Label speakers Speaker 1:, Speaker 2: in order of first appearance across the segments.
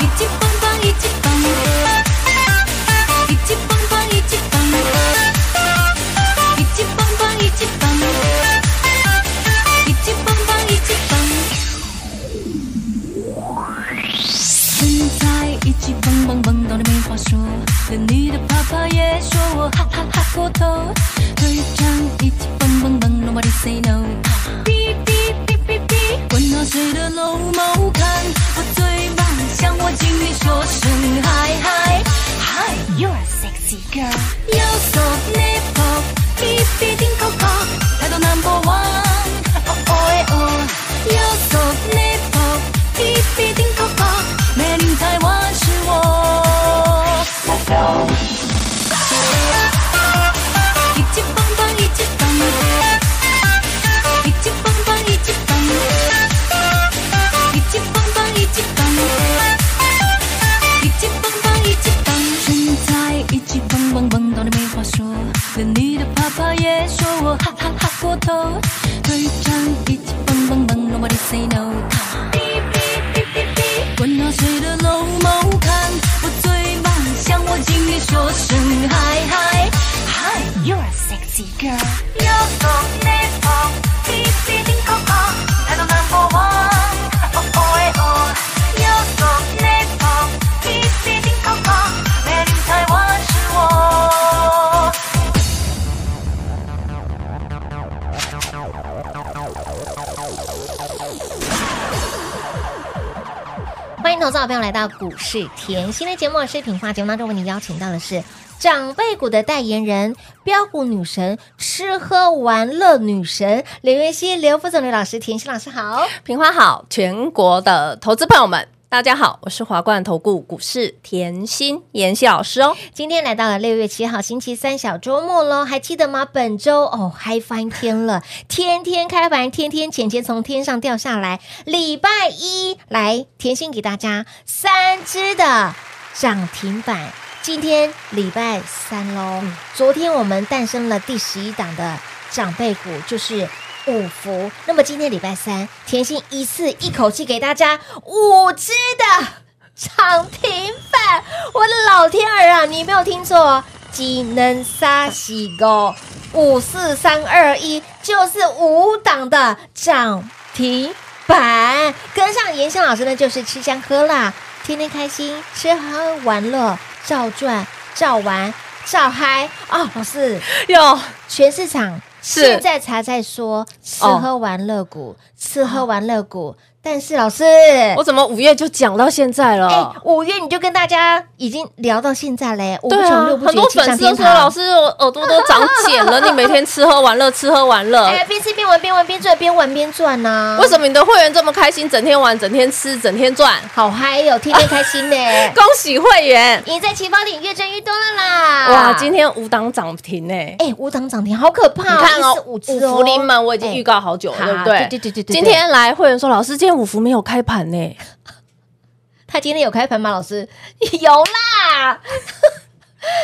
Speaker 1: 一级棒棒，一级棒，一级棒棒，一级棒，一级棒棒，一级棒，一级棒棒，一级棒。身材一级棒棒棒到你没话说，连你的爸爸也说我哈哈哈过头。腿长一级棒棒棒，Nobody say no。哔哔哔哔哔，管他谁的老猫看，我最棒，向我经理说声嗨嗨嗨，You're a sexy girl。右手 nipple，哔哔叮 c o c o 态度 number one。哦哦哎哦，右手 nipple，哔哔叮 c o c o 美丽台湾是我。一级棒棒，一级棒，一级棒棒，一级棒，一级棒棒，一级棒，一级棒棒，一级棒，身材一级棒棒棒到你没话说，连你的爸爸也说我哈哈哈过头，腿长一级棒棒棒，Nobody say no。哔哔哔哔哔，管他谁的老猫看，我最棒，向我经理说声嗨嗨嗨，You're a sexy girl。右手内捧，哔哔叮扣扣，态度 number one。哦哦哎哦，右手内捧，哔哔叮扣扣，美丽台湾是我。
Speaker 2: 欢迎投资好朋友来到股市甜心的节目，我是品花。节目当中为你邀请到的是长辈股的代言人、标股女神、吃喝玩乐女神刘元熙、刘副总、刘老师、甜心老师好。
Speaker 3: 平花好，全国的投资朋友们，大家好，我是华冠投顾股市甜心妍希老师哦。
Speaker 2: 今天来到了六月七号星期三小周末喽，还记得吗？本周哦嗨翻天了，天天开盘，天天钱钱从天上掉下来。礼拜一来甜心给大家三只的涨停板。今天礼拜三喽，昨天我们诞生了第十一档的长辈股，就是。五福，那么今天礼拜三，甜心一次一口气给大家五只的涨停板，我的老天儿啊！你没有听错哦，技能杀喜狗五四三二一就是五档的涨停板，跟上妍香老师呢，就是吃香喝辣，天天开心，吃喝玩乐，照赚照玩照嗨哦，老师。
Speaker 3: 哟，
Speaker 2: 全市场
Speaker 3: 是
Speaker 2: 现在才在说吃
Speaker 3: 哦
Speaker 2: 喝玩乐股，吃喝玩乐股。但是老师，
Speaker 3: 我怎么五月就讲到现在了？
Speaker 2: 哎，五月你就跟大家已经聊到现在嘞，五不
Speaker 3: 对啊
Speaker 2: 穷六，不
Speaker 3: 很
Speaker 2: 绝
Speaker 3: 多，
Speaker 2: 七上
Speaker 3: 粉丝
Speaker 2: 天
Speaker 3: 都说
Speaker 2: 堂。
Speaker 3: 老师我耳朵都长茧了，你每天吃喝玩乐，吃喝玩 乐，
Speaker 2: 哎，边吃边玩，边玩边赚，边玩边赚呐。
Speaker 3: 为什么你的会员这么开心，整天玩，整天吃，整天赚？
Speaker 2: 好嗨哟，天天开 心呢？
Speaker 3: 哎恭喜会员！
Speaker 2: 赢在起跑点越赚越多了啦！
Speaker 3: 哇，今天五档涨停呢、
Speaker 2: 哎，五档涨停好可怕
Speaker 3: 你
Speaker 2: 哦，
Speaker 3: 看哦，
Speaker 2: 五
Speaker 3: 五
Speaker 2: 只哦
Speaker 3: 福临门，我已经
Speaker 2: 哎
Speaker 3: 预告好久了，
Speaker 2: 好
Speaker 3: 对不对？
Speaker 2: 对对对对对
Speaker 3: 今天来会员说，老师，今天五福没有开盘呢、
Speaker 2: 他今天有开盘吗？老师有啦，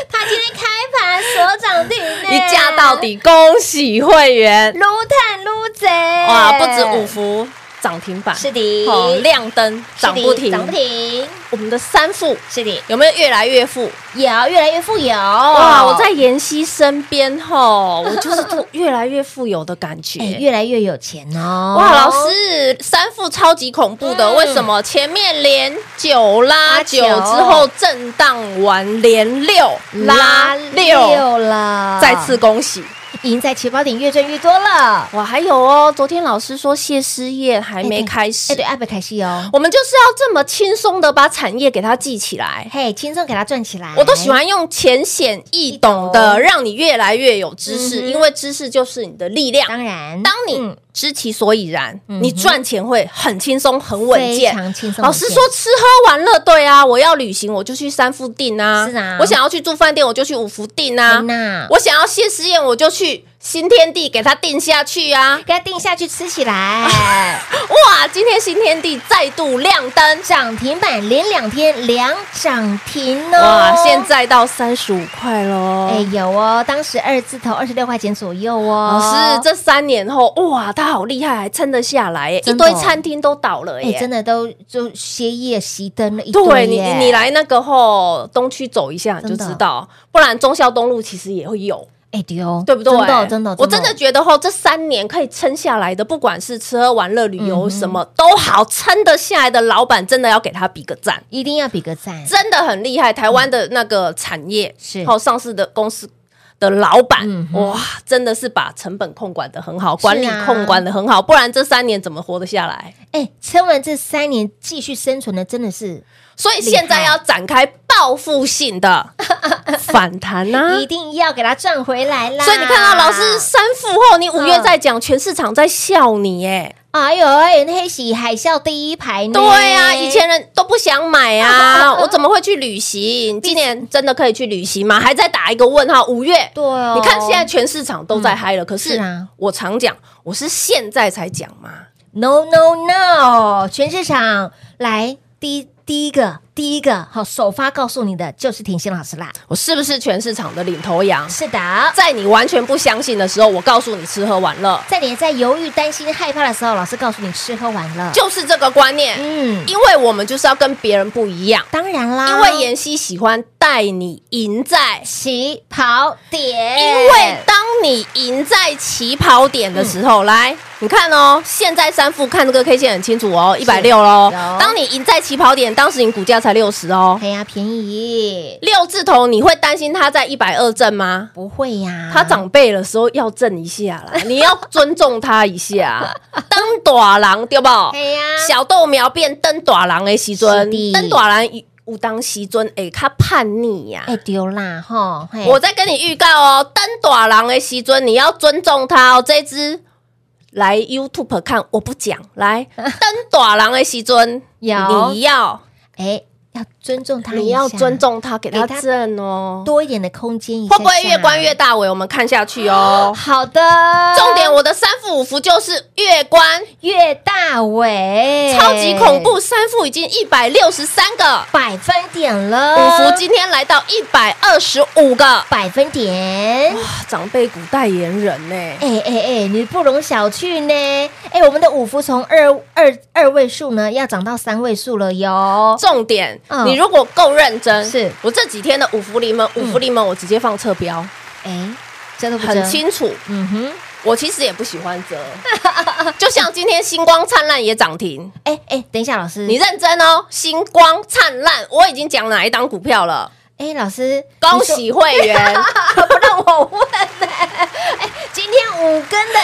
Speaker 2: 他今天开盘锁涨停呢，
Speaker 3: 一价到，底，恭喜会员！
Speaker 2: 撸探撸贼，
Speaker 3: 哇，不止五福涨停板，
Speaker 2: 是的
Speaker 3: 哦，亮灯
Speaker 2: 是的
Speaker 3: 涨不停，
Speaker 2: 涨不停，
Speaker 3: 我们的三富
Speaker 2: 是的，
Speaker 3: 有没有越来越富？
Speaker 2: 有越来越富有。
Speaker 3: 哇，
Speaker 2: 哇
Speaker 3: 我在妍希身边吼，我就是都越来越富有的感觉。
Speaker 2: 哎，越来越有钱哦。
Speaker 3: 哇，老师，三富超级恐怖的，
Speaker 2: 嗯
Speaker 3: 为什么？前面连九拉
Speaker 2: 拉
Speaker 3: 九
Speaker 2: 九
Speaker 3: 之后震荡完连六拉六，
Speaker 2: 六了，
Speaker 3: 再次恭喜！
Speaker 2: 赢在起跑点越赚越多了。
Speaker 3: 哇，还有哦，昨天老师说谢师宴还没开始，
Speaker 2: 哎，对，爱不开心哦。
Speaker 3: 我们就是要这么轻松的把产业给它记起来。
Speaker 2: 嘿，轻松给它赚起来，
Speaker 3: 我都喜。欢用浅显易懂
Speaker 2: 易懂
Speaker 3: 的，让你越来越有知识，
Speaker 2: 嗯哼
Speaker 3: 因为知识就是你的力量。
Speaker 2: 当然，
Speaker 3: 当你
Speaker 2: 嗯
Speaker 3: 知其所以然，
Speaker 2: 嗯哼
Speaker 3: 你赚钱会很轻松、很稳
Speaker 2: 非
Speaker 3: 健。
Speaker 2: 常轻松稳健。
Speaker 3: 老师说吃喝玩乐，对啊，我要旅行我就去三福定啊，
Speaker 2: 是啊
Speaker 3: 我想要去住饭店我就去五福定啊，
Speaker 2: 那
Speaker 3: 我想要谢师宴我就去新天地给它定下去啊。
Speaker 2: 给它定下去吃起 来，
Speaker 3: 哇，今天新天地再度亮灯，
Speaker 2: 涨停板连两天两涨停哦。
Speaker 3: 哇，现在到三十五块喽。
Speaker 2: 哎有哦，当时二字头二十六块钱左右哦。
Speaker 3: 老师，这三年后，哇，他好厉害，还撑得下来耶！一
Speaker 2: 真的哦
Speaker 3: 堆餐厅都倒了
Speaker 2: 哎
Speaker 3: 耶，
Speaker 2: 真的都就歇业熄灯了一
Speaker 3: 对
Speaker 2: 堆
Speaker 3: 你，
Speaker 2: 耶
Speaker 3: 你来那个后东区走一下你就
Speaker 2: 真的
Speaker 3: 知道，不然忠孝东路其实也会有，
Speaker 2: 哎丢，
Speaker 3: 对不对？
Speaker 2: 真的真的，
Speaker 3: 我真的觉得后这三年可以撑下来的，不管是吃喝玩乐、旅
Speaker 2: 嗯
Speaker 3: 游什么都好，撑得下来的老板真的要给他比个赞，
Speaker 2: 一定要比个赞。
Speaker 3: 真的很厉害。台湾的那个产业
Speaker 2: 是
Speaker 3: 还有上市的公司。的老板、
Speaker 2: 嗯哼
Speaker 3: 哇，真的是把成本控管的很好，管理
Speaker 2: 是啊
Speaker 3: 控管的很好，不然这三年怎么活得下来？
Speaker 2: 哎，撑完这三年继续生存的真的是
Speaker 3: 所以现在要展开报复 性的反弹呐、
Speaker 2: 一定要给它赚回来啦。
Speaker 3: 啊所以你看啊到老师三复后，你五月在讲，全市场在笑你耶。
Speaker 2: 哎呦哎，那黑喜海啸第一排呢？
Speaker 3: 对啊，以前人都不想买 啊，我怎么会去旅行？今年真的可以去旅行吗？还在打一个问号。五月，
Speaker 2: 对哦，
Speaker 3: 你看现在全市场都在嗨了，可
Speaker 2: 是
Speaker 3: 是
Speaker 2: 啊
Speaker 3: 我常讲，我是现在才讲嘛。
Speaker 2: No No No，全市场来第一第一个第一个好首发告诉你的就是甜心老师啦。
Speaker 3: 我是不是全市场的领头羊？
Speaker 2: 是的，
Speaker 3: 在你完全不相信的时候，我告诉你吃喝玩乐
Speaker 2: 在你在犹豫、担心、害怕的时候，老师告诉你吃喝玩乐。
Speaker 3: 就是这个观念。
Speaker 2: 嗯，
Speaker 3: 因为我们就是要跟别人不一样，
Speaker 2: 当然啦，
Speaker 3: 因为妍希喜欢带你赢在。
Speaker 2: 起跑点，
Speaker 3: 因为当你赢在起跑点的时
Speaker 2: 嗯
Speaker 3: 候，来，你看哦，现在三副看这个 K 线很清楚哦，一百六喽
Speaker 2: 有。
Speaker 3: 当你赢在起跑点，当时你股价才六十哦，
Speaker 2: 哎呀便宜
Speaker 3: 六字头，你会担心它在一百二挣吗？
Speaker 2: 不会呀、
Speaker 3: 他长辈的时候要震一下啦，你要尊重他一 下。登短郎对不？
Speaker 2: 哎呀
Speaker 3: 小豆苗变登短郎的时
Speaker 2: 是
Speaker 3: 阵
Speaker 2: 的，
Speaker 3: 登短郎有当时阵哎，他叛逆呀、
Speaker 2: 哎丢啦哈，嘿
Speaker 3: 我在跟你预告哦，登短郎的时阵，你要尊重他哦。这只来 YouTube 看，我不讲。 来登短郎的时阵，
Speaker 2: 有
Speaker 3: 你要
Speaker 2: 哎要尊重他一下，
Speaker 3: 你要尊重他，给他
Speaker 2: 给他
Speaker 3: 震哦。
Speaker 2: 多一点的空间一下下，
Speaker 3: 会不会越关越大尾？我们看下去哦。
Speaker 2: 好的？
Speaker 3: 重点，我的三副五福就是月关，
Speaker 2: 越大尾，
Speaker 3: 超级恐怖，三副已经一百六十三个，
Speaker 2: 百分点了，
Speaker 3: 五福今天来到一百二十五个，哇，
Speaker 2: 百分点。
Speaker 3: 长辈股代言人呢、
Speaker 2: 哎哎哎，你不容小觑呢！哎、我们的五福从二二二位数呢，要涨到三位数了哟。
Speaker 3: 重点，
Speaker 2: 嗯
Speaker 3: 你如果够认真，
Speaker 2: 是
Speaker 3: 我这几天的五福临门，五福临门我直接放侧标，
Speaker 2: 哎、真的不
Speaker 3: 很
Speaker 2: 真，
Speaker 3: 清楚。
Speaker 2: 嗯哼，
Speaker 3: 我其实也不喜欢 折，就像今天星光灿烂也涨停，
Speaker 2: 哎、哎、等一下，老师，
Speaker 3: 你认真哦，星光灿烂，我已经讲哪一档股票了，
Speaker 2: 哎、老师，
Speaker 3: 恭
Speaker 2: 你
Speaker 3: 喜会 员。
Speaker 2: 说不让我问呢、哎、今天五根的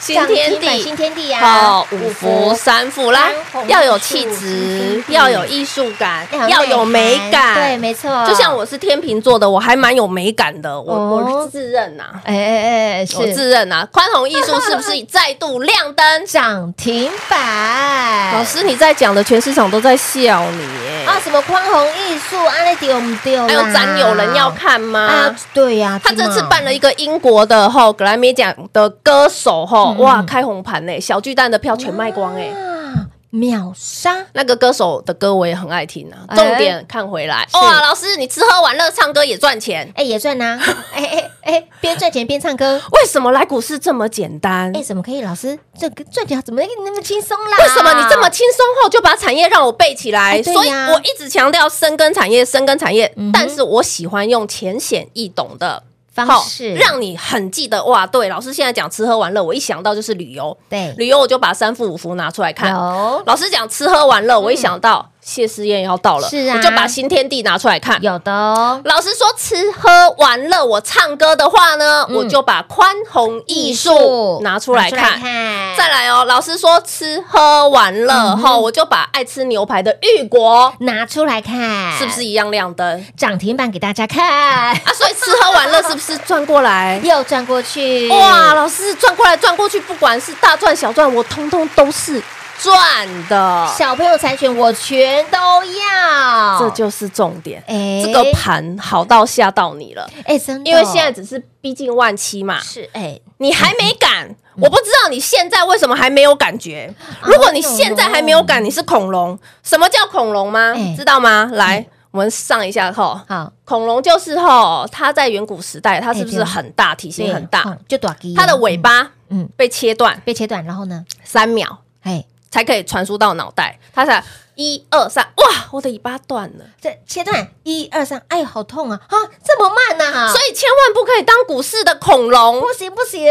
Speaker 3: 新
Speaker 2: 涨
Speaker 3: 天
Speaker 2: 停板
Speaker 3: 地
Speaker 2: 新。天地啊，
Speaker 3: 好，五福三福啦
Speaker 2: 当红，
Speaker 3: 要有
Speaker 2: 树
Speaker 3: 气质
Speaker 2: 新天，地
Speaker 3: 要有艺术感，
Speaker 2: 嗯
Speaker 3: 要
Speaker 2: 要
Speaker 3: 有美
Speaker 2: 内涵
Speaker 3: 感。
Speaker 2: 对，没错，
Speaker 3: 就像我是天秤座的，我还蛮有美感的。我
Speaker 2: 哦
Speaker 3: 我自认呐，
Speaker 2: 哎，哎哎哎，是
Speaker 3: 我自认呐，宽宏艺术是不是再度亮 灯？
Speaker 2: 涨停板，
Speaker 3: 老师，你在讲的全市场都在笑你耶，
Speaker 2: 啊，什么宽宏艺术，啊，那丢不丢？
Speaker 3: 还有展哎有人要看吗
Speaker 2: 啊？，对呀、
Speaker 3: 他这次办了一个英国的吼格莱美奖的歌手
Speaker 2: 嗯
Speaker 3: 吼，哇，开红盘嘞，小巨蛋的票全卖光哎。
Speaker 2: 啊，秒杀，
Speaker 3: 那个歌手的歌我也很爱听啊。
Speaker 2: 哎
Speaker 3: 重点看回来，
Speaker 2: 是
Speaker 3: 哇，老师你吃喝玩乐唱歌也赚钱，
Speaker 2: 哎、也赚 呐、哎哎哎，边赚钱边唱歌，
Speaker 3: 为什么来股市这么简单？
Speaker 2: 哎、怎么可以？老师，这个赚钱怎么那么轻松啦？
Speaker 3: 嗯为什么你这么轻松后就把产业让我背起来？
Speaker 2: 哎对呀
Speaker 3: 所以我一直强调深耕产业，深耕产业。
Speaker 2: 嗯哼
Speaker 3: 但是我喜欢用浅显易懂的
Speaker 2: 方
Speaker 3: 吼
Speaker 2: 式？
Speaker 3: 让你很记得哇。对，老师现在讲吃喝玩乐，我一想到就是旅游，
Speaker 2: 对
Speaker 3: 旅游我就把三副五福拿出来看。
Speaker 2: 有嗯
Speaker 3: 老师讲吃喝玩乐，我一想到谢师宴要到了，
Speaker 2: 是啊
Speaker 3: 我就把新天地拿出来看。
Speaker 2: 有的哦，
Speaker 3: 老实说，吃喝玩乐，我唱歌的话呢，
Speaker 2: 嗯
Speaker 3: 我就把宽宏艺术拿出来看。
Speaker 2: 看
Speaker 3: 再来哦，老师说吃喝玩乐后，我就把爱吃牛排的玉国
Speaker 2: 拿出来看，
Speaker 3: 是不是一样亮灯
Speaker 2: 涨停板给大家看？？
Speaker 3: 啊？ 所以吃喝玩乐是不是转过来
Speaker 2: 又转过去，
Speaker 3: 哇，！老师转过来转过去，不管是大赚小赚，我通通都是赚的，
Speaker 2: 小朋友参选我全都要，
Speaker 3: 这就是重点。
Speaker 2: 哎
Speaker 3: 这个盘好到吓到你了，
Speaker 2: 哎，真的哦，
Speaker 3: 因为现在只是逼近万七嘛，
Speaker 2: 是哎，
Speaker 3: 你还没敢，我不知道你现在为什么还没有感觉。
Speaker 2: 啊
Speaker 3: 如果你现在还没有感，你是恐龙。什么叫恐龙吗
Speaker 2: 哎？
Speaker 3: 知道吗？来，我们上一下吼，
Speaker 2: 好，
Speaker 3: 恐龙就是吼，它在远古时代，它是不
Speaker 2: 哎
Speaker 3: 是
Speaker 2: 对
Speaker 3: 很大，体型
Speaker 2: 对
Speaker 3: 很大
Speaker 2: 哦，就短鸡，
Speaker 3: 它的尾巴
Speaker 2: 嗯，嗯，
Speaker 3: 被切断
Speaker 2: 被切短，然后呢？
Speaker 3: 三秒
Speaker 2: 哎，
Speaker 3: 才可以传输到脑袋，它才一二三，哇，我的尾巴断了。
Speaker 2: 这切断，一二三，哎，好痛啊！啊，这么慢啊呐、
Speaker 3: 所以千万不可以当股市的恐龙
Speaker 2: 不。行不行，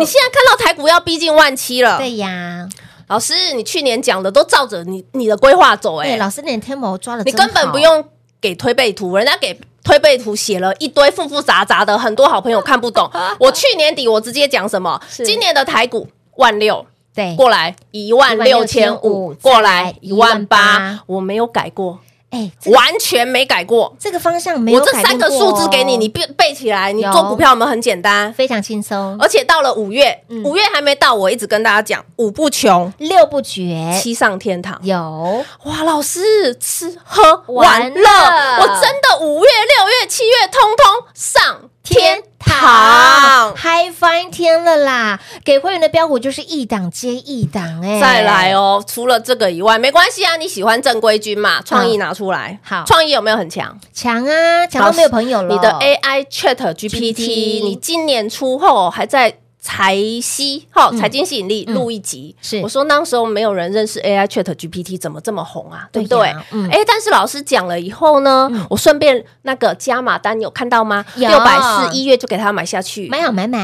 Speaker 3: 你现在看到台股要逼近万七了，
Speaker 2: 对呀，
Speaker 3: 老师，你去年讲的都照着你你的规划走、
Speaker 2: 对，
Speaker 3: 哎、
Speaker 2: 老师你的 tempo 抓的，
Speaker 3: 你根本不用给推背图，人家给推背图写了一堆复复杂杂的，很多好朋友看 不懂。我去年底我直接讲什么？
Speaker 2: 是哎
Speaker 3: 今年的台股万六
Speaker 2: 对，
Speaker 3: 过来一万六千五，
Speaker 2: 16,500
Speaker 3: 过来一万
Speaker 2: 18,000
Speaker 3: 八，我没有改过，
Speaker 2: 哎，这个
Speaker 3: 完全没改过。
Speaker 2: 这个方向没有
Speaker 3: 我这
Speaker 2: 改
Speaker 3: 三
Speaker 2: 变
Speaker 3: 个
Speaker 2: 过
Speaker 3: 数字
Speaker 2: 哦
Speaker 3: 给你，你背背起来，你
Speaker 2: 有
Speaker 3: 做股票有没有很简单？
Speaker 2: 非常轻松，
Speaker 3: 而且到了五月，
Speaker 2: 嗯
Speaker 3: 五月还没到，我一直跟大家讲五不穷，
Speaker 2: 六不绝，
Speaker 3: 七上天堂。
Speaker 2: 有
Speaker 3: 哇，老师吃喝
Speaker 2: 玩
Speaker 3: 玩
Speaker 2: 乐
Speaker 3: 乐，我真的五月、六月、七月通通上天堂。
Speaker 2: 嗨翻天了啦！给会员的标股就是一档接一档，哎，
Speaker 3: 再来。哦，除了这个以外，没关系啊，你喜欢正规军嘛？创意拿出来，
Speaker 2: 好
Speaker 3: 创意有没有很强？
Speaker 2: 强啊，强到没有朋友了。
Speaker 3: 你的 AI Chat GPT，
Speaker 2: GPT
Speaker 3: 你今年初后还在。财息哈，财经吸引力
Speaker 2: 嗯
Speaker 3: 录一集，
Speaker 2: 是
Speaker 3: 我说那时候没有人认识 AI Chat GPT 怎么这么红啊，对不
Speaker 2: 对
Speaker 3: 对
Speaker 2: 呀？嗯
Speaker 3: 哎，但是老师讲了以后呢，我顺便那个加码单你有看到吗？
Speaker 2: 有
Speaker 3: 六百四一月就给他买下去，
Speaker 2: 买好买满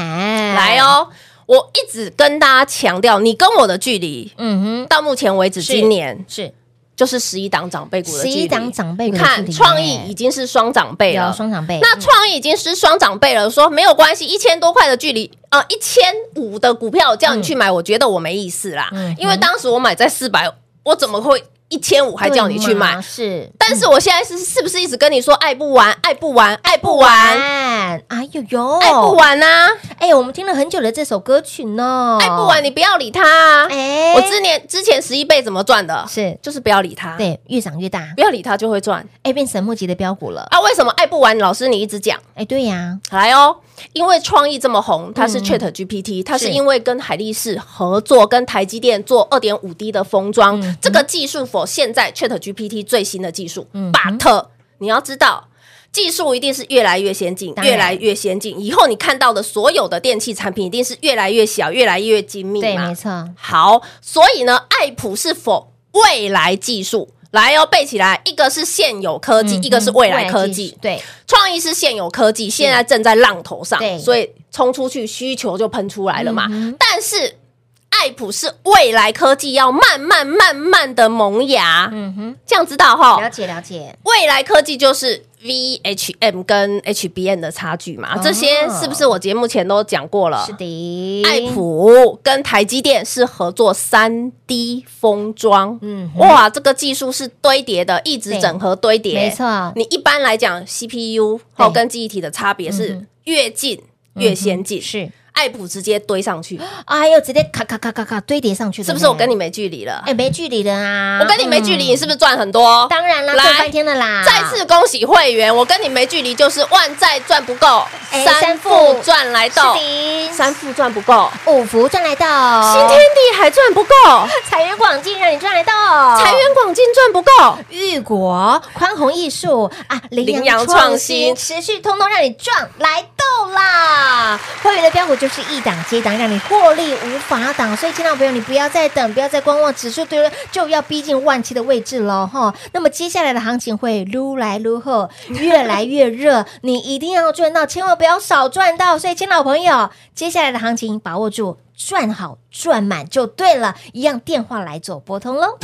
Speaker 3: 来，哦！我一直跟大家强调，你跟我的距离
Speaker 2: 嗯哼，
Speaker 3: 到目前为止，
Speaker 2: 是
Speaker 3: 今年
Speaker 2: 是
Speaker 3: 就是十一档长辈股的
Speaker 2: 十
Speaker 3: 距离，
Speaker 2: 一档长辈
Speaker 3: 你
Speaker 2: 股的距
Speaker 3: 看
Speaker 2: 离
Speaker 3: 创
Speaker 2: 耶
Speaker 3: 意已经是双长辈
Speaker 2: 有
Speaker 3: 了，
Speaker 2: 双长辈，
Speaker 3: 哦那创意已经是双长辈了，说没有关系，一千多块的距离，呃，一千五的股票叫你去买，我觉得我没意思啦
Speaker 2: 嗯，
Speaker 3: 因为当时我买在四百，我怎么会一千五还叫你去
Speaker 2: 对嘛嗯
Speaker 3: 买？
Speaker 2: 是，
Speaker 3: 但是我现在是是不是一直跟你说爱不完，爱不完，爱不完，
Speaker 2: 完，哎呦呦，
Speaker 3: 爱不，完啊，
Speaker 2: 哎，我们听了很久的这首歌曲呢，
Speaker 3: 爱哎不完，，你不要理他啊！
Speaker 2: 哎，
Speaker 3: 我之年之前十一倍怎么赚的？
Speaker 2: 是
Speaker 3: 就是不要理他，，
Speaker 2: 对，越长越大，
Speaker 3: 不要理他就会赚
Speaker 2: 哎，变神木级的标股了，
Speaker 3: 啊！为什么爱不完？老师你一直讲。
Speaker 2: 哎，对呀，
Speaker 3: 来哦，因为创意这么红，它是
Speaker 2: 嗯
Speaker 3: Chat GPT，它
Speaker 2: 是
Speaker 3: 是因为跟海力士合作，跟台积电做二点五 D 的封装，
Speaker 2: 嗯
Speaker 3: 这个技术否现在 Chat GPT 最新的技术、
Speaker 2: 嗯
Speaker 3: b u t 你要知道。技术一定是越来越先进，
Speaker 2: 当然
Speaker 3: 越来越先进。以后你看到的所有的电器产品，一定是越来越小，越来越精密
Speaker 2: 对，
Speaker 3: 嘛
Speaker 2: 没错，
Speaker 3: 好，所以呢，爱普是否未来技术？来哦，背起来，一个是现有科技，
Speaker 2: 嗯
Speaker 3: 一个是未来科
Speaker 2: 技
Speaker 3: 技
Speaker 2: 术。对，
Speaker 3: 创意是现有科技，现在正在浪头上
Speaker 2: 对，
Speaker 3: 所以冲出去需求就喷出来了嘛。
Speaker 2: 嗯
Speaker 3: 但是爱普是未来科技要慢慢慢慢的萌芽，
Speaker 2: 嗯哼，
Speaker 3: 这样知道哈
Speaker 2: 了？解了解，
Speaker 3: 未来科技就是 VHM 跟 HBM 的差距嘛，
Speaker 2: 哦
Speaker 3: 这些是不是我节目前都讲过了
Speaker 2: 是？的，
Speaker 3: 爱，普跟台积电是合作三 D 封装，
Speaker 2: 嗯哼
Speaker 3: 哇，这个技术是堆叠的，一直
Speaker 2: 对
Speaker 3: 整合堆叠，
Speaker 2: 没错，
Speaker 3: 你一般来讲，CPU 后
Speaker 2: 对
Speaker 3: 跟记忆体的差别
Speaker 2: 嗯
Speaker 3: 是越近越先进，
Speaker 2: 是，
Speaker 3: 爱普直接堆上去，
Speaker 2: 哎呦，直接咔咔咔咔咔堆叠上去了，
Speaker 3: 是不是？我跟
Speaker 2: 你，
Speaker 3: 你没距离了，
Speaker 2: 哎，没距离的啊，嗯
Speaker 3: 我跟你没距离，你是不是赚很多？
Speaker 2: 当然啦，
Speaker 3: 来
Speaker 2: 赚翻天了啦！
Speaker 3: 再次恭喜会员，我跟你没距离，就是万债赚不够，
Speaker 2: 哎三
Speaker 3: 三
Speaker 2: 富
Speaker 3: 富赚来到，
Speaker 2: 是的，哦
Speaker 3: 三富赚不够，
Speaker 2: 五福赚来到，
Speaker 3: 新天地还赚不够，
Speaker 2: 财源广进让你赚来到，
Speaker 3: 财源广进赚不够，
Speaker 2: 玉国宽宏艺术啊，羚
Speaker 3: 羚
Speaker 2: 羊
Speaker 3: 羊
Speaker 2: 创
Speaker 3: 创
Speaker 2: 新
Speaker 3: 新
Speaker 2: 持续通通让你赚来到啦！会员的标股就是一档接一档，让你获利无法挡。所以，亲爱的朋友，你不要再等，不要再观望，指数对就要逼近万七的位置喽哈。那么接下来的行情会撸来撸后，越来越热，你一定要赚到，千万不要少赚到。所以，亲爱的朋友，接下来的行情把握住，赚好赚满就对了，一样电话来做拨通喽。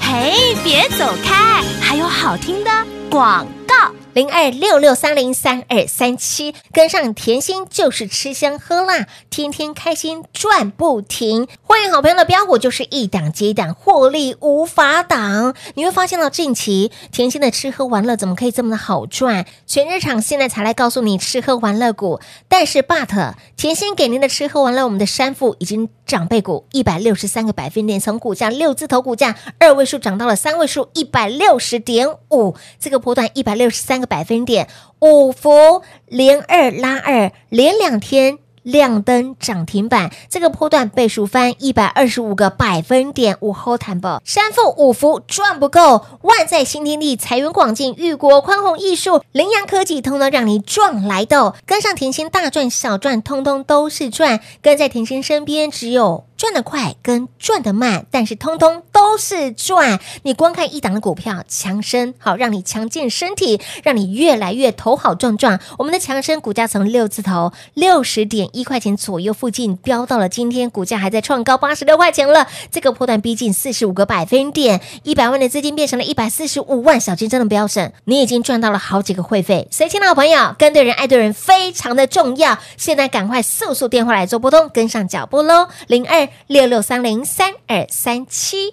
Speaker 1: 嘿，
Speaker 4: 嘿，别走开，还有好听的广告。
Speaker 2: 零二六六三零三二三七，跟上甜心就是吃香喝辣，天天开心赚不停。欢迎好朋友的标股就是一档接一档，获利无法挡。你会发现到近期甜心的吃喝玩乐怎么可以这么的好赚？全市场现在才来告诉你吃喝玩乐股，但是 but 甜心给您的吃喝玩乐，我们的山富已经长辈股一百六十三个百分点，从股价六字头股价二位数涨到了三位数一百六十点五，这个波段一百六十三个百分点，五福连二拉二，连两天。亮灯涨停板，这个波段倍数翻一百二十五个百分点，午后谈报山凤五福赚不够，万载新天地、财源广进、裕国宽宏艺术、羚羊科技，通通让你赚来的，跟上甜心大赚小赚，通通都是赚，跟在甜心身边只有。赚得快跟赚得慢，但是通通都是赚。你光看一档的股票强身，好让你强健身体，让你越来越头好壮壮。我们的强身股价从六字头六十点一块钱左右附近飙到了今天股价还在创高八十六块钱了，这个波段逼近四十五个百分点，一百万的资金变成了一百四十五万，小金真的不要省，你已经赚到了好几个会费。所以，亲爱的朋友，跟对人爱对人非常的重要。现在赶快速速电话来做拨通，跟上脚步喽，零二六六三零三二三七。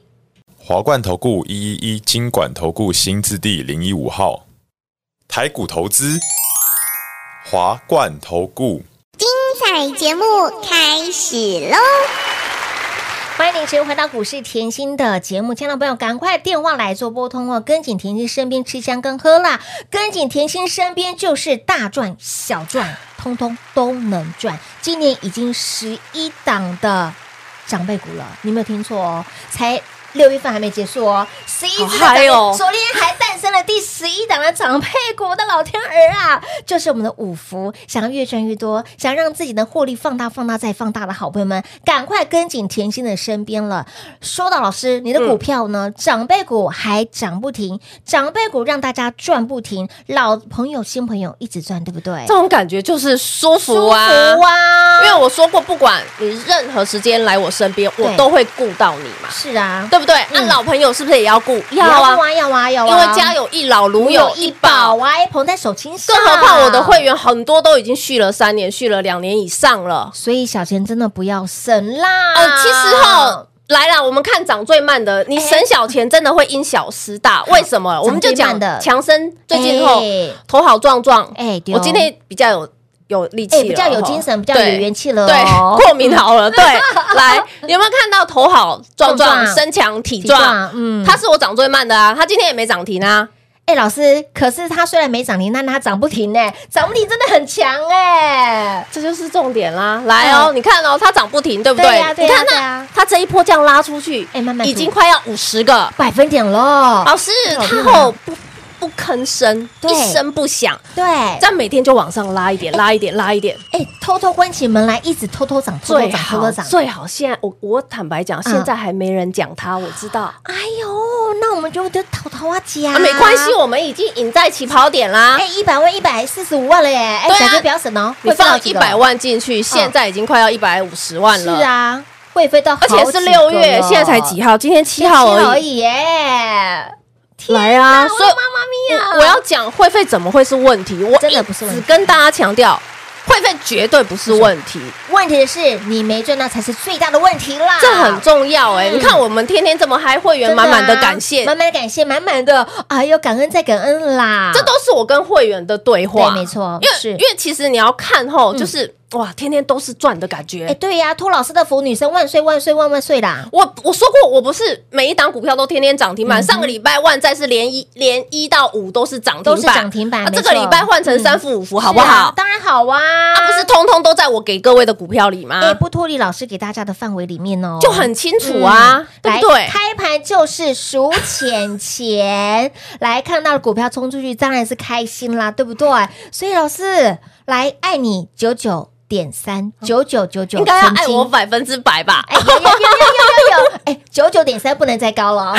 Speaker 5: 华冠投顾一一一金管投顾新字第零一五号，台股投资，华冠投顾。
Speaker 6: 彩节目开始喽！
Speaker 2: 欢迎你持续回到股市甜心的节目，亲爱的朋友，赶快电话来做拨通哦！跟紧甜心身边吃香跟喝辣，跟紧甜心身边就是大赚小赚，通通都能赚。今年已经十一档的长辈股了，你没有听错哦，才。六月份还没结束哦，十一只的
Speaker 3: 好
Speaker 2: 长
Speaker 3: 嗨
Speaker 2: 辈，
Speaker 3: 哦
Speaker 2: 昨天还诞生了第十一档的长辈股，我的老天儿啊！就是我们的五福，想要越赚越多，想让自己的获利放大、放大再放大的好朋友们，赶快跟紧甜心的身边了。说到老师，你的股票
Speaker 3: 嗯
Speaker 2: 呢？长辈股还涨不停，长辈股让大家赚不停，老朋友、新朋友一直赚，对不对
Speaker 3: 这？种感觉就是舒服
Speaker 2: 舒服
Speaker 3: 啊，
Speaker 2: 啊！
Speaker 3: 因为我说过，不管你任何时间来我身边，
Speaker 2: 对
Speaker 3: 我都会顾到你嘛，
Speaker 2: 是啊，
Speaker 3: 对不对？那、
Speaker 2: 嗯
Speaker 3: 老朋友是不是也要顾？
Speaker 2: 要啊，要啊，要啊，
Speaker 3: 因为家有一老，如
Speaker 2: 如
Speaker 3: 有一宝。
Speaker 2: 啊，捧在手心上。
Speaker 3: 更何况我的会员很多都已经续了三年，续了两年以上了。
Speaker 2: 所以小钱真的不要省啦。
Speaker 3: 呃，其实哈，，来啦，我们看涨最慢的，
Speaker 2: 哎
Speaker 3: 你省小钱真的会因小失大。为什么？我们就
Speaker 2: 涨
Speaker 3: 讲
Speaker 2: 最慢的
Speaker 3: 强生最近吼
Speaker 2: 哎
Speaker 3: 头好壮壮，
Speaker 2: 哎对哦
Speaker 3: 我今天比较有有力气
Speaker 2: 哎，
Speaker 3: 了，
Speaker 2: 比较有
Speaker 3: 吼
Speaker 2: 精神，比较有
Speaker 3: 对
Speaker 2: 元气了哦。
Speaker 3: 对，过敏好了。对，来，你有没有看到头好壮
Speaker 2: 壮
Speaker 3: 壮、
Speaker 2: 壮
Speaker 3: 身强体
Speaker 2: 体
Speaker 3: 壮
Speaker 2: 壮？嗯
Speaker 3: 它是我涨最慢的啊，它今天也没涨停啊。
Speaker 2: 哎，老师，可是它虽然没涨停，但它涨不停呢，涨不停真的很强哎。
Speaker 3: 这就是重点啦！来哦，你看哦，它涨不停，对不
Speaker 2: 对
Speaker 3: 对
Speaker 2: 呀？对
Speaker 3: 你
Speaker 2: 呀
Speaker 3: 看
Speaker 2: 对
Speaker 3: 那
Speaker 2: 呀
Speaker 3: 它这一波这样拉出去，
Speaker 2: 哎慢慢
Speaker 3: 已经
Speaker 2: 吐
Speaker 3: 快要五十个。
Speaker 2: 百分点喽，
Speaker 3: 哦哎老师，
Speaker 2: 好厉
Speaker 3: 它
Speaker 2: 害
Speaker 3: 后不不吭声，
Speaker 2: 对
Speaker 3: 一声不响，
Speaker 2: 对，
Speaker 3: 这样每天就往上拉一点，拉一点，拉一点。
Speaker 2: 哎，偷偷关起门来，一直偷偷涨，偷偷
Speaker 3: 最
Speaker 2: 涨，偷偷
Speaker 3: 好
Speaker 2: 涨。
Speaker 3: 最好，现在我我坦白讲，
Speaker 2: 嗯
Speaker 3: 现在还没人讲它，我知道。
Speaker 2: 哎呦，那我们就得淘淘啊姐啊，
Speaker 3: 啊，没关系，我们已经赢在起跑点啦。
Speaker 2: 哎，一百万一百四十五万了耶！哎，
Speaker 3: 对啊
Speaker 2: 小姐不要省哦，
Speaker 3: 你
Speaker 2: 会飞到
Speaker 3: 放
Speaker 2: 几
Speaker 3: 一
Speaker 2: 个
Speaker 3: 百万进去，现在已经快要一百五十万
Speaker 2: 是
Speaker 3: 了。，
Speaker 2: 啊，会飞到好
Speaker 3: 而
Speaker 2: 几个了，
Speaker 3: 且是六月，现在才几号？今天七号
Speaker 2: 七
Speaker 3: 而已。
Speaker 2: 已耶！
Speaker 3: 来啊！所以
Speaker 2: 妈咪
Speaker 3: 我我要讲会费怎么会是问题？我
Speaker 2: 真的不是问题
Speaker 3: 只跟大家强调，会费绝对不是问题，
Speaker 2: 问题是你没赚到才是最大的问题啦，
Speaker 3: 这很重要哎。你看我们天天这么嗨，会员
Speaker 2: 真啊
Speaker 3: 满满的感谢，
Speaker 2: 满满的感谢，满满的哎呦，感恩再感恩啦，
Speaker 3: 这都是我跟会员的对话。
Speaker 2: 对没错
Speaker 3: 因
Speaker 2: 是嗯
Speaker 3: 为因为其实你要看吼，就是哇，天天都是赚的感觉
Speaker 2: 哎。对呀，托老师的福，女生万岁万岁万万岁啦！
Speaker 3: 我我说过，我不是每一档股票都天天涨停
Speaker 2: 嗯
Speaker 3: 板。上个礼拜万债是连一连一到五都是涨停板，
Speaker 2: 都是涨停板
Speaker 3: 啊
Speaker 2: 没
Speaker 3: 这
Speaker 2: 错嗯
Speaker 3: 个礼拜换成三副五副，好不
Speaker 2: 是啊
Speaker 3: 好？
Speaker 2: 当然好啊，
Speaker 3: 啊，不是通通都在我给各位的股票里吗
Speaker 2: 哎，？不脱离老师给大家的范围里面哦，
Speaker 3: 就很清楚啊，对
Speaker 2: 嗯来
Speaker 3: 不对？
Speaker 2: 开盘就是数钱钱，来看到了股票冲出去，当然是开心啦，对不对？所以老师来爱你九九点三九九九九，
Speaker 3: 应该要爱
Speaker 2: 曾经
Speaker 3: 我。百分之百吧？
Speaker 2: 哎，有有有有有有有，哎，九九点三不能再高了哦。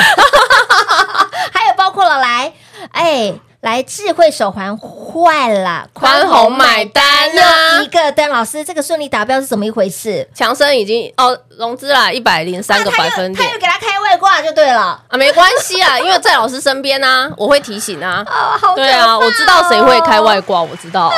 Speaker 2: 还有包括了来，哎，来智慧手环快啦，
Speaker 3: 宽宏买单呐、
Speaker 2: 又一个灯。老师，这个顺利达标是怎么一回事？
Speaker 3: 强生已经哦融资啦一百零三个
Speaker 2: 啊他
Speaker 3: 百
Speaker 2: 又
Speaker 3: 分
Speaker 2: 他
Speaker 3: 点
Speaker 2: 又给他开外挂就对了。
Speaker 3: 啊，没关系啊，因 为在老师身边啊，我会提醒 啊。
Speaker 2: 哦，好可怕哦
Speaker 3: 对啊，我知道谁会开外挂，我知 道，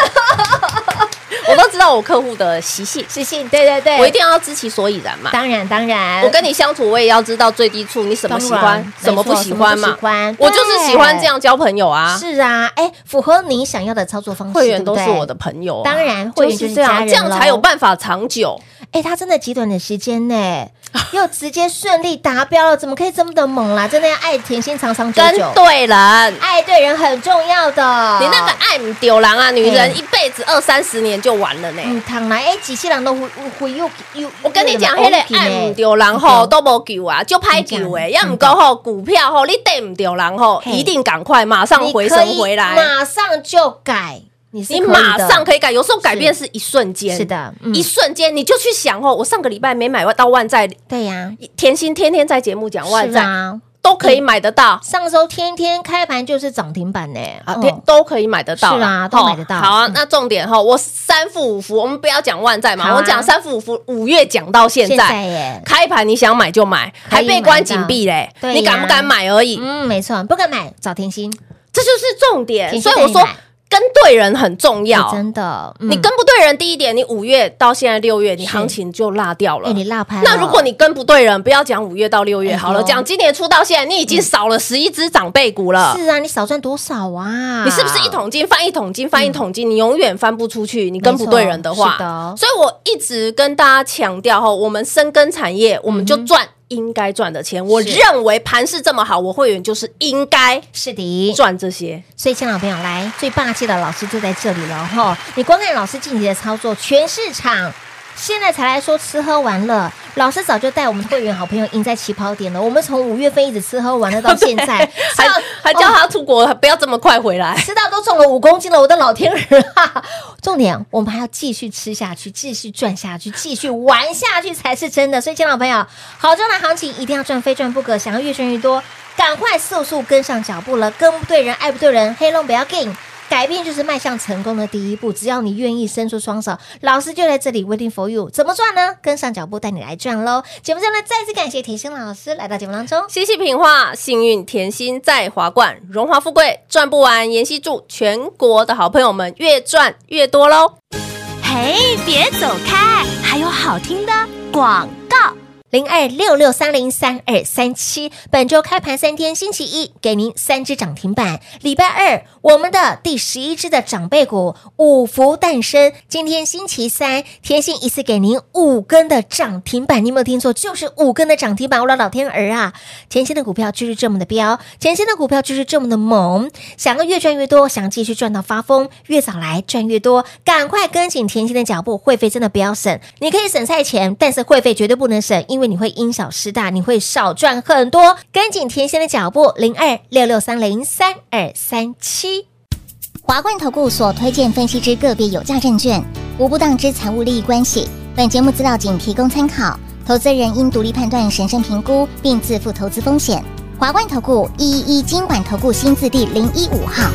Speaker 3: 我都知道我客户的习性，
Speaker 2: 是信，对对对，
Speaker 3: 我一定要知其所以然嘛。
Speaker 2: 当然当然，
Speaker 3: 我跟你相处，我也要知道最低处你什么喜
Speaker 2: 当然
Speaker 3: 欢
Speaker 2: 没，错
Speaker 3: 什么不喜欢
Speaker 2: 什么
Speaker 3: 嘛
Speaker 2: 不喜欢。
Speaker 3: 我就是喜欢这样交朋友啊，
Speaker 2: 是啊，哎，符合你想要的操作方式，
Speaker 3: 会员都
Speaker 2: 对
Speaker 3: 是
Speaker 2: 不对
Speaker 3: 我的。朋友啊，
Speaker 2: 当然会
Speaker 3: 就
Speaker 2: 员就是是
Speaker 3: 这
Speaker 2: 家
Speaker 3: 样，
Speaker 2: 人
Speaker 3: 这样才
Speaker 2: 咯
Speaker 3: 有办法长久。
Speaker 2: 哎，他真的极短的时间呢， 又直接顺利达标了，怎么可以这么的猛啊啦？真的要爱甜心长长久
Speaker 3: 跟
Speaker 2: 久，
Speaker 3: 对人，
Speaker 2: 爱对人很重要的。
Speaker 3: 你那个爱唔丢人啊，女
Speaker 2: 嗯
Speaker 3: 人一辈子二三十年就完了呢。
Speaker 2: 嗯，躺来哎，几世人都会会又又，
Speaker 3: 我跟你讲，迄个爱唔
Speaker 2: 丢
Speaker 3: 丢人吼都无救啊，就拍救诶。要唔讲吼股票吼，你对唔丢人吼，
Speaker 2: 嘿
Speaker 3: 一定赶快马上回神回来，
Speaker 2: 马上就改，你是
Speaker 3: 你
Speaker 2: 可以
Speaker 3: 马
Speaker 2: 的
Speaker 3: 上可以改。有时候改
Speaker 2: 是
Speaker 3: 变是一瞬间，
Speaker 2: 是的，嗯
Speaker 3: 一瞬间你就去想哦，我上个礼拜没买到万债，
Speaker 2: 对呀，
Speaker 3: 甜心天天在节目讲万
Speaker 2: 是
Speaker 3: 债
Speaker 2: 啊，
Speaker 3: 都可以买得到
Speaker 2: 上周天天开盘就是涨停板呢，
Speaker 3: 啊，
Speaker 2: 嗯
Speaker 3: 天都可以买得到
Speaker 2: 是啊
Speaker 3: 啦，
Speaker 2: 都
Speaker 3: 吼
Speaker 2: 买得到
Speaker 3: 好啊，那重点哈，我三副五福，我们不要讲万债
Speaker 2: 好
Speaker 3: 嘛，
Speaker 2: 啊
Speaker 3: 我讲三副五福，五月讲到现
Speaker 2: 现在
Speaker 3: 在。
Speaker 2: 耶，
Speaker 3: 开盘你想买就买，
Speaker 2: 可以
Speaker 3: 还被关紧闭嘞
Speaker 2: 买到，对呀
Speaker 3: 你敢不敢买而已，
Speaker 2: 嗯，没错，不敢买找甜心，
Speaker 3: 这就是重点。
Speaker 2: 甜
Speaker 3: 所
Speaker 2: 心带
Speaker 3: 以我
Speaker 2: 你
Speaker 3: 说
Speaker 2: 买
Speaker 3: 跟对人很重
Speaker 2: 哎
Speaker 3: 要，
Speaker 2: 真的，嗯
Speaker 3: 你跟不对人，第一点，你五月到现在六月，你
Speaker 2: 是
Speaker 3: 行情就落掉了
Speaker 2: 哎。你落盘了，
Speaker 3: 那如果你跟不对人，不要讲五月到六月好
Speaker 2: 哎
Speaker 3: 了，
Speaker 2: 呦
Speaker 3: 讲今年初到现在，你已经少了十一只长辈股了。
Speaker 2: 是啊，你少赚多少啊？
Speaker 3: 呃你是不是一桶金翻一桶金翻一桶金？你永远翻不出去，你跟不对人的
Speaker 2: 没嗯错
Speaker 3: 话。
Speaker 2: 是的
Speaker 3: 所以我一直跟大家强调哈，我们深耕产业，我
Speaker 2: 嗯
Speaker 3: 们就赚应该赚的钱。我认为盘势这么好，我会员就是应该
Speaker 2: 是的，
Speaker 3: 赚这些。
Speaker 2: 所以，亲老朋友来，最霸气的老师就在这里了哈！你光看老师近期的操作，全市场现在才来说吃喝玩乐，老师早就带我们会员好朋友赢在起跑点了。我们从五月份一直吃喝玩乐到现 在，
Speaker 3: 还
Speaker 2: 吃到
Speaker 3: 还叫他出国，不要这么快回来。
Speaker 2: 吃到都重了五公斤了，我的老天儿啊！重点，我们还要继续吃下去，继续赚下去，继续玩下去才是真的。所以，亲老朋友，好赚的行情一定要赚，非赚不可。想要越赚越多，赶快速速跟上脚步了。跟不对人，爱不对人，黑龙不要进。改变就是迈向成功的第一步，只要你愿意伸出双手，老师就在这里 waiting for you。怎么赚呢？跟上脚步，带你来赚喽！节目最后呢，再次感谢甜心老师来到节目当中。
Speaker 3: 西西品画，幸运甜心在华冠，荣华富贵赚不完。妍希祝全国的好朋友们越赚越多喽！
Speaker 4: 嘿，别走开，还有好听的广告。
Speaker 2: 零二六六三零三二三七。本周开盘三天，星期一给您三只涨停板，礼拜二我们的第十一只的长辈股五福诞生，今天星期三，甜心一次给您五根的涨停板，你有没有听错？就是五根的涨停板，我的老天儿啊！甜心的股票就是这么的彪，甜心的股票就是这么的猛，想要越赚越多，想继续赚到发疯，越早来赚越多，赶快跟紧甜心的脚步，会费真的不要省，你可以省菜钱，但是会费绝对不能省，因为你会因小失大，你会少赚很多。跟紧甜心的脚步，零二六六三零三二三七。
Speaker 6: 华冠投顾所推荐分析之个别有价证券，无不当之财务利益关系。本节目资料仅提供参考，投资人应独立判断、审慎评估，并自负投资风险。华冠投顾一一一金管投顾新字第零一五号。